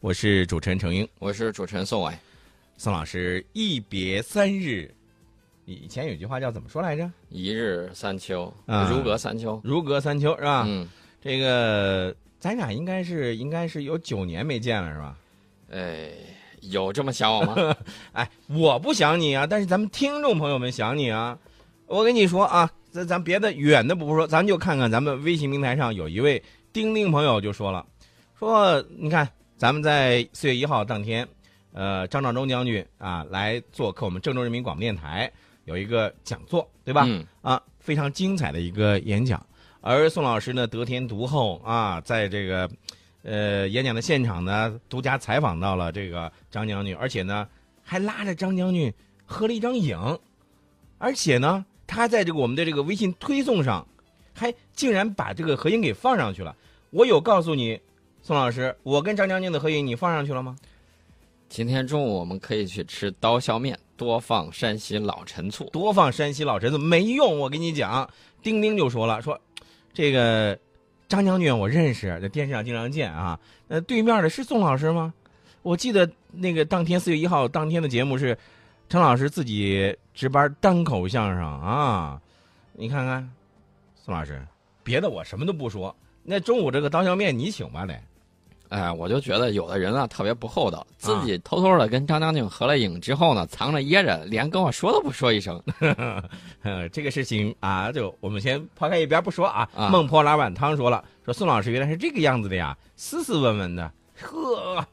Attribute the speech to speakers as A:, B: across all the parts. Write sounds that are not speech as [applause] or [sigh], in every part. A: 我是主持人程英，
B: 我是主持人宋伟。
A: 宋老师，一别三日，以前有句话叫怎么说来着？
B: 一日三秋，
A: 啊
B: 如隔三秋。
A: 如隔三秋是吧？
B: 嗯，
A: 这个咱俩应该是应该是有九年没见了是吧？
B: 哎，有这么想我吗？
A: 哎，我不想你啊，但是咱们听众朋友们想你啊。我跟你说啊，咱咱别的远的不说，咱就看看咱们微信平台上有一位钉钉朋友就说了，说你看咱们在四月一号当天，呃，张召忠将军啊来做客我们郑州人民广播电台有一个讲座，对 [laughs] 吧？
B: 嗯，
A: 啊，非常精彩的一个演讲。而宋老师呢，得天独厚啊，在这个呃演讲的现场呢，独家采访到了这个张将军，而且呢，还拉着张将军合了一张影，而且呢，他还在这个我们的这个微信推送上，还竟然把这个合影给放上去了。我有告诉你，宋老师，我跟张将军的合影你放上去了吗？
B: 今天中午我们可以去吃刀削面，多放山西老陈醋。
A: 多放山西老陈子没用，我跟你讲，丁丁就说了，说这个张将军我认识，在电视上经常见啊。那对面的是宋老师吗？我记得那个当天四月一号当天的节目是陈老师自己值班单口相声啊。你看看，宋老师，别的我什么都不说，那中午这个刀削面你请吧得。
B: 哎，我就觉得有的人啊特别不厚道，自己偷偷的跟张将军合了影之后呢，藏着掖着，连跟我说都不说一声。 [laughs]
A: [laughs] 呃，这个事情啊，就我们先抛开一边不说啊。
B: 啊
A: 孟婆拉碗汤说了，说宋老师原来是这个样子的呀，斯斯文文的。呵，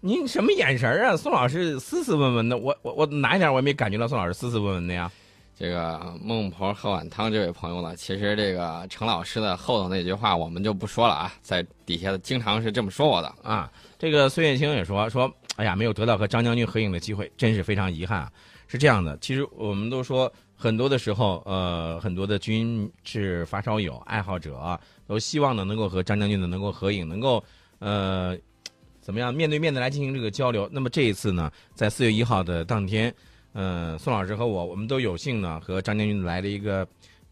A: 您什么眼神儿啊？宋老师斯斯文文的，我我我哪一点我也没感觉到宋老师斯斯文文的呀？
B: 这个孟婆喝碗汤这位朋友呢，其实这个程老师的后头那句话我们就不说了啊，在底下经常是这么说我的。
A: 啊，这个孙月清也说说，哎呀，没有得到和张将军合影的机会，真是非常遗憾啊。是这样的，其实我们都说，很多的时候，呃，很多的军事发烧友、爱好者啊都希望呢能够和张将军呢能够合影，能够呃怎么样面对面的来进行这个交流。那么这一次呢，在四月一号的当天，呃，宋老师和我，我们都有幸呢和张将军来了一个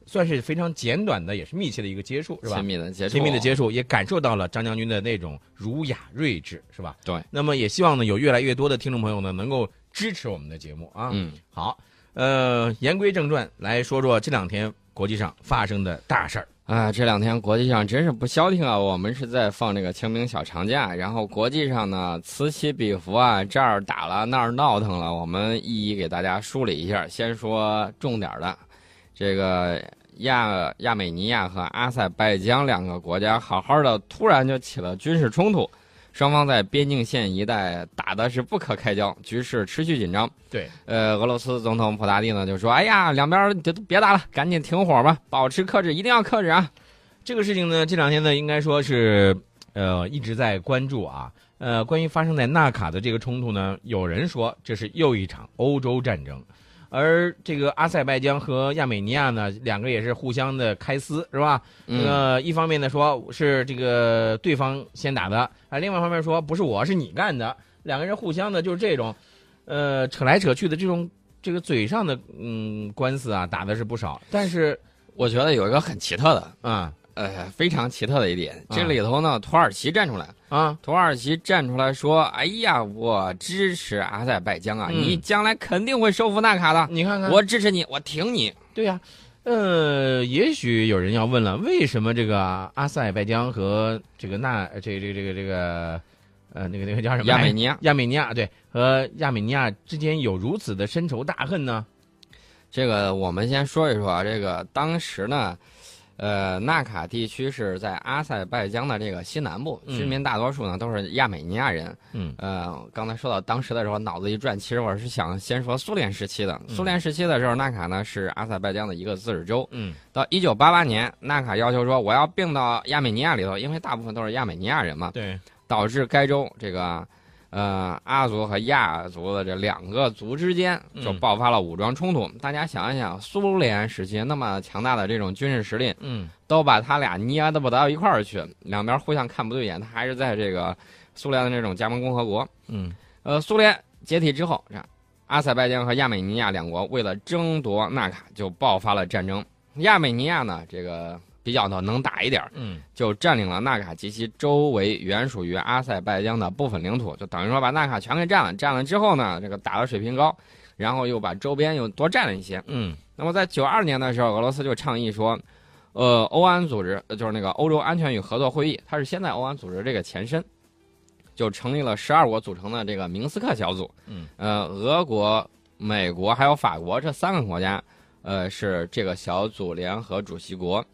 A: 算是非常简短的，也是密切的一个接触，是吧
B: 亲？密的接触，
A: 亲密的接触，也感受到了张将军的那种儒雅睿智，是吧？
B: 对。
A: 那么也希望呢，有越来越多的听众朋友呢，能够支持我们的节目啊。
B: 嗯，
A: 好，呃，言归正传，来说说这两天国际上发生的大事儿。
B: 啊，这两天国际上真是不消停啊！我们是在放这个清明小长假，然后国际上呢此起彼伏啊，这儿打了那儿闹腾了，我们一一给大家梳理一下。先说重点儿的，这个亚亚美尼亚和阿塞拜疆两个国家好好的突然就起了军事冲突，双方在边境线一带打的是不可开交，局势持续紧张。
A: 对，
B: 呃，俄罗斯总统普达蒂呢就说：“哎呀，两边儿就都别打了，赶紧停火吧，保持克制，一定要克制啊！”
A: 这个事情呢，这两天呢，应该说是呃一直在关注啊。呃，关于发生在纳卡的这个冲突呢，有人说这是又一场欧洲战争，而这个阿塞拜疆和亚美尼亚呢，两个也是互相的开撕，是吧？
B: 嗯，
A: 呃，一方面呢说是这个对方先打的，啊，另外一方面说不是我是你干的，两个人互相的就是这种，呃，扯来扯去的这种这个嘴上的嗯官司啊，打的是不少，但是
B: 我觉得有一个很奇特的，
A: 啊
B: 呃，非常奇特的一点，
A: 啊
B: 这里头呢，土耳其站出来，
A: 啊，
B: 土耳其站出来说：“哎呀，我支持阿塞拜疆啊，
A: 嗯
B: 你将来肯定会收复纳卡的，
A: 啊你看看
B: 我支持你，我挺你。
A: 对呀、呃，也许有人要问了，为什么这个阿塞拜疆和这个那这这个这个这个呃那个那个叫什”么
B: 亚
A: 来
B: 美
A: 着
B: 尼亚
A: 亚美尼亚对和亚美尼亚之间有如此的深仇大恨呢？
B: 这个，我们先说一说啊，这个当时呢。呃，纳卡地区是在阿塞拜疆的这个西南部，
A: 嗯
B: 居民大多数呢都是亚美尼亚人。
A: 嗯
B: 呃，刚才说到当时的时候，脑子一转，其实我是想先说苏联时期的。苏联时期的时候，纳卡呢是阿塞拜疆的一个自治州。
A: 嗯
B: 到一九八八年，纳卡要求说我要并到亚美尼亚里头，因为大部分都是亚美尼亚人嘛，
A: 对。
B: 导致该州这个呃阿族和亚族的这两个族之间就
A: 嗯
B: 爆发了武装冲突。大家想一想，苏联时期那么强大的这种军事实力，
A: 嗯
B: 都把他俩捏得不到一块儿去，两边互相看不对眼，他还是在这个苏联的这种加盟共和国。
A: 嗯
B: 呃，苏联解体之后，这阿塞拜疆和亚美尼亚两国为了争夺纳卡就爆发了战争。亚美尼亚呢，这个比较的能打一点儿，
A: 嗯
B: 就占领了纳卡及其周围原属于阿塞拜疆的部分领土，就等于说把纳卡全给占了。占了之后呢，这个打到水平高，然后又把周边又多占了一些。
A: 嗯
B: 那么在九二年的时候，俄罗斯就倡议说，呃，欧安组织呃就是那个欧洲安全与合作会议，它是现在欧安组织这个前身，就成立了十二国组成的这个明斯克小组。
A: 嗯，
B: 呃，俄国、美国还有法国这三个国家，呃，是这个小组联合主席国。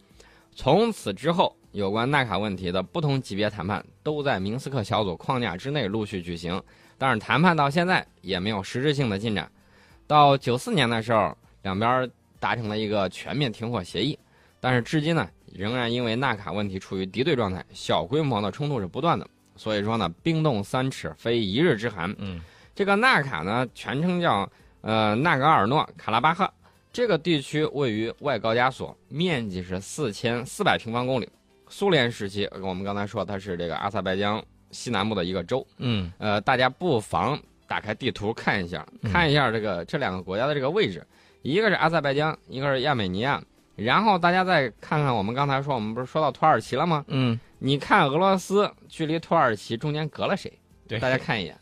B: 从此之后，有关纳卡问题的不同级别谈判都在明斯克小组框架之内陆续举行，但是谈判到现在也没有实质性的进展。到九四年的时候，两边达成了一个全面停火协议，但是至今呢，仍然因为纳卡问题处于敌对状态，小规模的冲突是不断的。所以说呢，冰冻三尺非一日之寒。
A: 嗯
B: 这个纳卡呢，全称叫呃纳格尔诺卡拉巴赫，这个地区位于外高加索，面积是四千四百平方公里。苏联时期，呃我们刚才说它是这个阿塞拜疆西南部的一个州。
A: 嗯
B: 呃，大家不妨打开地图看一下，
A: 嗯
B: 看一下这个这两个国家的这个位置，一个是阿塞拜疆，一个是亚美尼亚。然后大家再看看，我们刚才说，我们不是说到土耳其了吗？
A: 嗯，
B: 你看俄罗斯距离土耳其中间隔了谁？
A: 对，
B: 大家看一眼。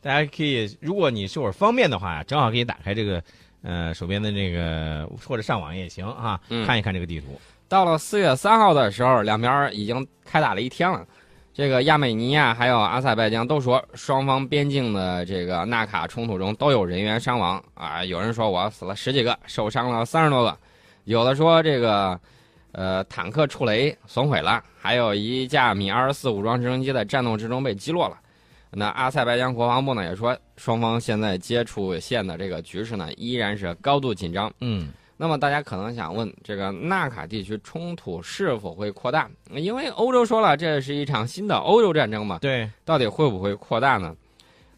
A: 大家可以，如果你是会儿方便的话，正好可以打开这个呃手边的这个或者上网也行啊，
B: 嗯
A: 看一看这个地图。
B: 到了四月三号的时候，两边已经开打了一天了。这个亚美尼亚还有阿塞拜疆都说，双方边境的这个纳卡冲突中都有人员伤亡啊，有人说我死了十几个，受伤了三十多个，有的说这个，呃，坦克触雷损毁了，还有一架米二十四武装直升机在战斗之中被击落了。那阿塞拜疆国防部呢也说，双方现在接触线的这个局势呢依然是高度紧张。
A: 嗯
B: 那么大家可能想问，这个纳卡地区冲突是否会扩大？因为欧洲说了，这是一场新的欧洲战争嘛，
A: 对，
B: 到底会不会扩大呢？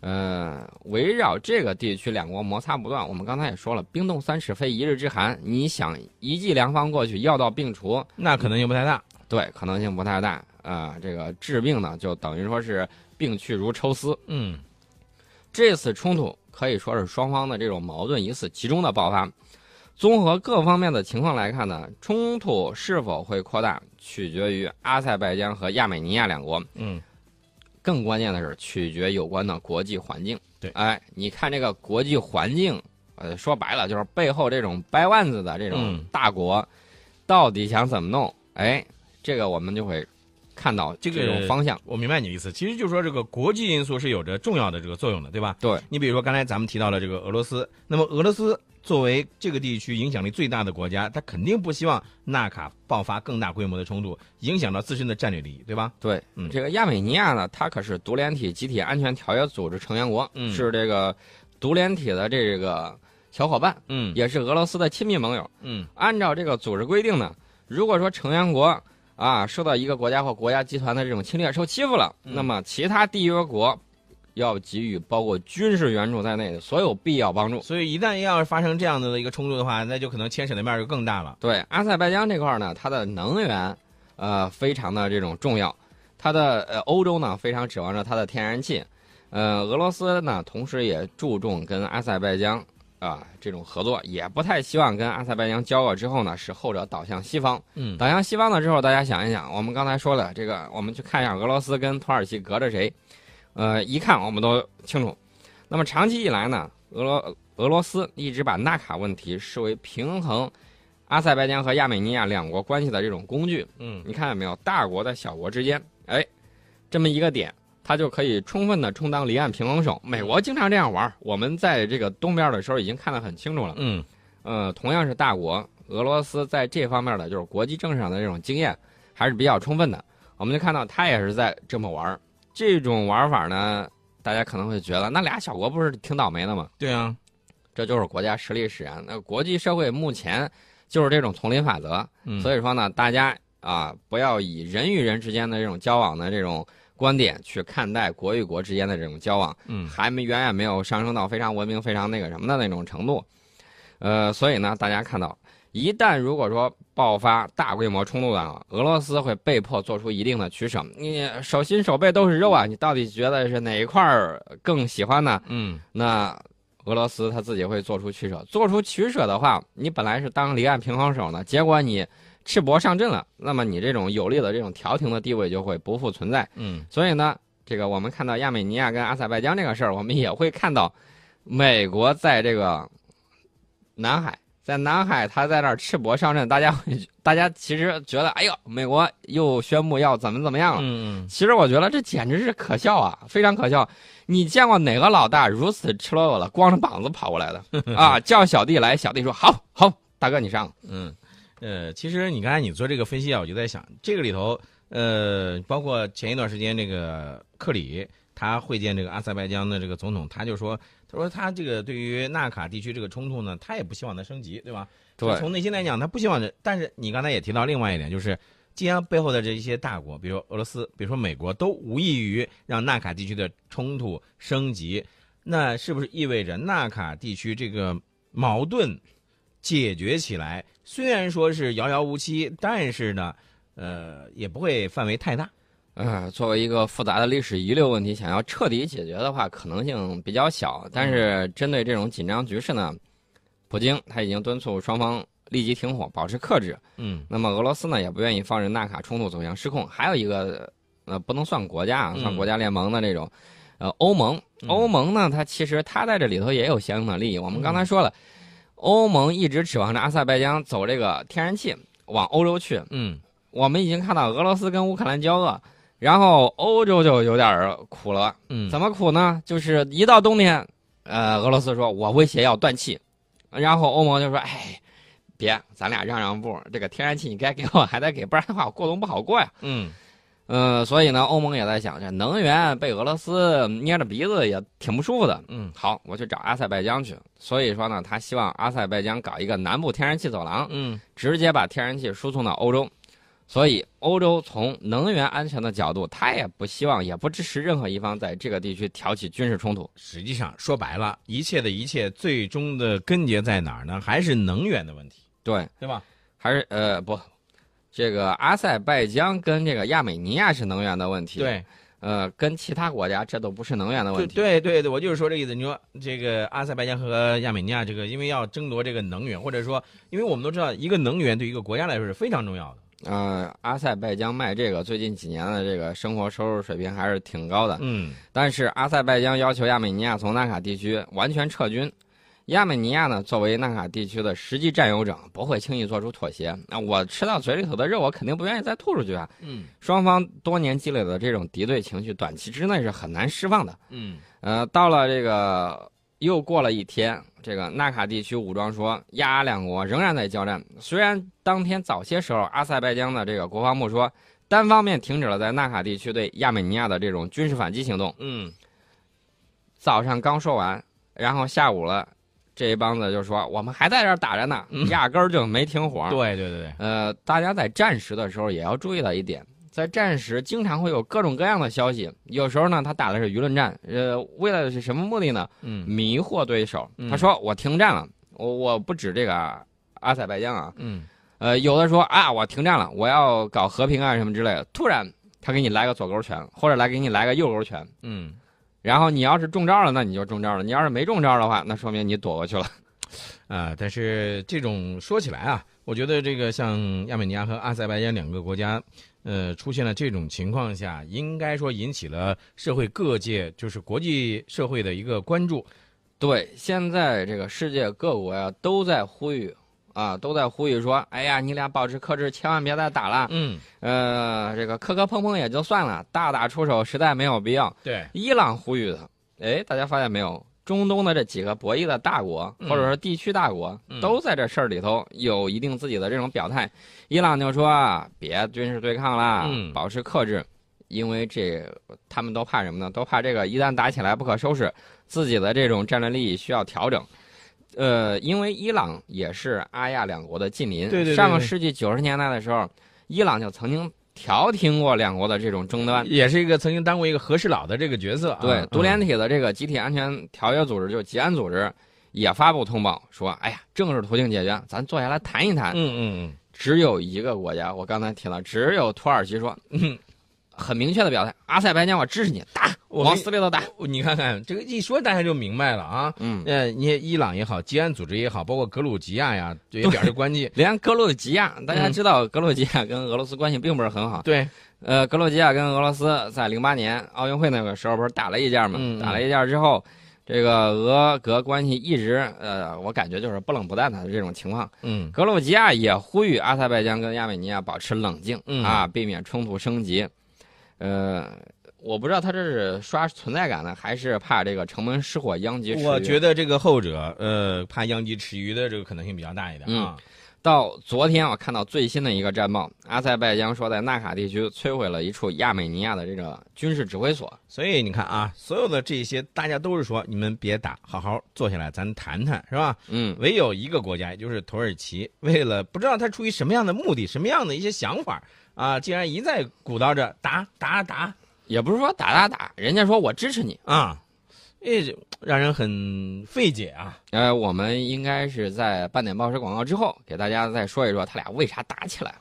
B: 呃，围绕这个地区，两国摩擦不断。我们刚才也说了，冰冻三尺非一日之寒。你想一剂良方过去，药到病除，
A: 那可能性不太大。
B: 对，可能性不太大啊、这个治病呢，就等于说是病去如抽丝。
A: 嗯
B: 这次冲突可以说是双方的这种矛盾一次集中的爆发。综合各方面的情况来看呢，冲突是否会扩大，取决于阿塞拜疆和亚美尼亚两国，
A: 嗯
B: 更关键的是取决有关的国际环境。
A: 对
B: 哎，你看这个国际环境，呃，说白了就是背后这种掰腕子的这种
A: 嗯
B: 大国，到底想怎么弄？哎，这个我们就会看到
A: 这个
B: 种方向。
A: 我明白你的意思，其实就是说这个国际因素是有着重要的这个作用的，对吧？
B: 对。
A: 你比如说刚才咱们提到了这个俄罗斯，那么俄罗斯作为这个地区影响力最大的国家，它肯定不希望纳卡爆发更大规模的冲突，影响到自身的战略利益，对吧？
B: 对，
A: 嗯
B: 这个亚美尼亚呢，它可是独联体集体安全条约组织成员国，
A: 嗯
B: 是这个独联体的这个小伙伴，
A: 嗯
B: 也是俄罗斯的亲密盟友。
A: 嗯
B: 按照这个组织规定呢，如果说成员国啊受到一个国家或国家集团的这种侵略、受欺负了，
A: 嗯
B: 那么其他缔约国要给予包括军事援助在内的所有必要帮助。
A: 所以一旦要是发生这样的一个冲突的话，那就可能牵扯的面儿就更大了。
B: 对，阿塞拜疆这块儿呢，它的能源呃非常的这种重要，它的呃欧洲呢非常指望着它的天然气，呃俄罗斯呢同时也注重跟阿塞拜疆啊、这种合作，也不太希望跟阿塞拜疆交恶之后呢，使后者倒向西方。
A: 嗯
B: 倒向西方了之后，大家想一想，我们刚才说了这个，我们去看一下俄罗斯跟土耳其隔着谁，呃，一看我们都清楚。那么长期以来呢，俄罗俄罗斯一直把纳卡问题视为平衡阿塞拜疆和亚美尼亚两国关系的这种工具。
A: 嗯
B: 你看见没有？大国在小国之间，哎，这么一个点，它就可以充分的充当离岸平衡手。美国经常这样玩儿，我们在这个东边的时候已经看得很清楚了。
A: 嗯
B: 呃，同样是大国，俄罗斯在这方面的就是国际政治上的这种经验还是比较充分的。我们就看到他也是在这么玩儿，这种玩法呢，大家可能会觉得那俩小国不是挺倒霉的吗？
A: 对啊，
B: 这就是国家实力使然。那国际社会目前就是这种丛林法则，
A: 嗯，以
B: 所以说呢，大家啊不要以人与人之间的这种交往的这种观点去看待国与国之间的这种交往。
A: 嗯
B: 还没远远没有上升到非常文明、非常那个什么的那种程度。呃，所以呢，大家看到，一旦如果说爆发大规模冲突啊，俄罗斯会被迫做出一定的取舍。你手心手背都是肉啊，你到底觉得是哪一块儿更喜欢呢？
A: 嗯
B: 那俄罗斯他自己会做出取舍。做出取舍的话，你本来是当离岸平衡手呢，结果你赤膊上阵了，那么你这种有力的这种调停的地位就会不复存在。
A: 嗯，
B: 所以呢，这个我们看到亚美尼亚跟阿塞拜疆这个事儿，我们也会看到美国在这个南海，在南海他在那儿赤膊上阵，大家会大家其实觉得，哎呦，美国又宣布要怎么怎么样了。
A: 嗯
B: 其实我觉得这简直是可笑啊，非常可笑！你见过哪个老大如此赤裸裸的光着膀子跑过来的啊？叫小弟来，小弟说好好，大哥你上。
A: 嗯，呃，其实你刚才你做这个分析啊，我就在想，这个里头，呃，包括前一段时间这个克里他会见这个阿塞拜疆的这个总统，他就说，他说他这个对于纳卡地区这个冲突呢，他也不希望它升级，对吧？就从内心来讲，他不希望这。但是你刚才也提到另外一点，就是既然背后的这一些大国，比如俄罗斯，比如说美国，都无异于让纳卡地区的冲突升级，那是不是意味着纳卡地区这个矛盾解决起来，虽然说是遥遥无期，但是呢，呃，也不会范围太大。
B: 呃，作为一个复杂的历史遗留问题，想要彻底解决的话，可能性比较小。但
A: 嗯
B: 是针对这种紧张局势呢，普京他已经敦促双方立即停火，保持克制。
A: 嗯
B: 那么俄罗斯呢，也不愿意放任纳卡冲突走向失控。还有一个，呃，不能算国家啊，
A: 嗯
B: 算国家联盟的这种，呃，欧盟。
A: 嗯
B: 欧盟呢，它其实它在这里头也有相应的利益。我们
A: 嗯
B: 刚才说了，欧盟一直指望着阿塞拜疆走这个天然气往欧洲去，
A: 嗯
B: 我们已经看到俄罗斯跟乌克兰交恶，然后欧洲就有点儿苦了。
A: 嗯，
B: 怎么苦呢？就是一到冬天，呃，俄罗斯说我威胁要断气，然后欧盟就说：“哎，别，咱俩让让步，这个天然气你该给我还得给，不然的话我过冬不好过呀。”
A: 嗯
B: 嗯，所以呢，欧盟也在想，这能源被俄罗斯捏着鼻子也挺不舒服的。
A: 嗯
B: 好，我去找阿塞拜疆去。所以说呢，他希望阿塞拜疆搞一个南部天然气走廊，
A: 嗯
B: 直接把天然气输送到欧洲。所以，欧洲从能源安全的角度，他也不希望，也不支持任何一方在这个地区挑起军事冲突。
A: 实际上说白了，一切的一切，最终的根结在哪儿呢？还是能源的问题，
B: 对，
A: 对吧？
B: 还是呃不，这个阿塞拜疆跟这个亚美尼亚是能源的问题。，
A: 对。
B: 呃，跟其他国家这都不是能源的
A: 对
B: 问题。
A: 对对对，我就是说这个意思。你说这个阿塞拜疆和亚美尼亚这个，因为要争夺这个能源，或者说，因为我们都知道，一个能源对一个国家来说是非常重要的。
B: 呃，阿塞拜疆卖这个最近几年的这个生活收入水平还是挺高的。
A: 嗯
B: 但是阿塞拜疆要求亚美尼亚从纳卡地区完全撤军。亚美尼亚呢，作为纳卡地区的实际占有者，不会轻易做出妥协。那我吃到嘴里头的肉，我肯定不愿意再吐出去啊！
A: 嗯
B: 双方多年积累的这种敌对情绪，短期之内是很难释放的。
A: 嗯
B: 呃，到了这个又过了一天，这个纳卡地区武装说，亚阿两国仍然在交战。虽然当天早些时候，阿塞拜疆的这个国防部说，单方面停止了在纳卡地区对亚美尼亚的这种军事反击行动。
A: 嗯
B: 早上刚说完，然后下午了，这一帮子就说我们还在这儿打着呢， [laughs] 压根儿就没停火。
A: 嗯对对对对，
B: 呃，大家在战时的时候也要注意到一点，在战时经常会有各种各样的消息，有时候呢，他打的是舆论战，呃，为了是什么目的呢？
A: 嗯
B: 迷惑对手。
A: 嗯
B: 他说我停战了，我我不止这个阿塞拜疆啊，
A: 嗯
B: 呃，有的说啊，我停战了，我要搞和平啊什么之类的，突然他给你来个左勾拳，或者来给你来个右勾拳。
A: 嗯，
B: 然后你要是中招了，那你就中招了；你要是没中招的话，那说明你躲过去了。
A: 啊，但是这种说起来啊，我觉得这个像亚美尼亚和阿塞拜疆两个国家，呃，出现了这种情况下，应该说引起了社会各界，就是国际社会的一个关注。
B: [laughs] 对，现在这个世界各国呀、都在呼吁啊， [laughs] 都在呼吁说，哎呀，你俩保持克制，千万别再打了。
A: 嗯，
B: 呃，这个磕磕碰碰也就算了，大打出手实在没有必要。
A: 对，
B: 伊朗呼吁的，哎，大家发现没有？中东的这几个博弈的大国，
A: 嗯
B: 或者说地区大国，
A: 嗯
B: 都在这事儿里头有一定自己的这种表态。伊朗就说啊，别军事对抗啦，
A: 嗯
B: 保持克制，因为这他们都怕什么呢？都怕这个一旦打起来不可收拾，自己的这种战略利益需要调整。呃，因为伊朗也是阿亚两国的近邻，
A: 对对对
B: 上个
A: 对
B: 世纪九十年代的时候，伊朗就曾经调停过两国的这种争端。
A: 也是一个曾经当过一个和事佬的这个角色啊。
B: 对，独联
A: 体。
B: 体的这个集体安全条约组织，就集安组织，也发布通报说，哎呀，政治途径解决，咱坐下来谈一谈。
A: 嗯嗯
B: 只有一个国家，我刚才提了，只有土耳其说，嗯，很明确的表态，阿塞拜疆我支持你，打，
A: 我
B: 往
A: 跟
B: 死里头打。
A: 我你看看这个一说，大家就明白了啊。
B: 嗯，
A: 呃，你也伊朗也好，吉安组织也好，包括格鲁吉亚呀，这一点儿就
B: [laughs]
A: 关系。
B: 连格鲁吉亚，大家
A: 嗯
B: 知道格鲁吉亚跟俄罗斯关系并不是很好。
A: 对，嗯
B: 呃，格鲁吉亚跟俄罗斯在零八年奥运会那个时候不是打了一架嘛？
A: 嗯嗯
B: 打了一架之后，这个俄格关系一直呃，我感觉就是不冷不淡的这种情况。
A: 嗯
B: 格鲁吉亚也呼吁阿塞拜疆跟亚美尼亚保持冷静、
A: 嗯
B: 啊，避免冲突升级。呃，我不知道他这是刷存在感呢，还是怕这个城门失火殃及池鱼。
A: 我觉得这个后者，呃，怕殃及池鱼的这个可能性比较大一点啊。
B: 嗯到昨天，我看到最新的一个战报，阿塞拜疆说在纳卡地区摧毁了一处亚美尼亚的这个军事指挥所。
A: 所以你看啊，所有的这些，大家都是说你们别打，好好坐下来，咱谈谈，是吧？
B: 嗯，
A: 唯有一个国家，也就是土耳其，为了不知道他出于什么样的目的、什么样的一些想法啊，竟然一再鼓捣着打打打
B: 也不是说打打打，人家说我支持你。
A: 啊，这让人很费解啊。
B: 呃，我们应该是在半点报时广告之后，给大家再说一说他俩为啥打起来了。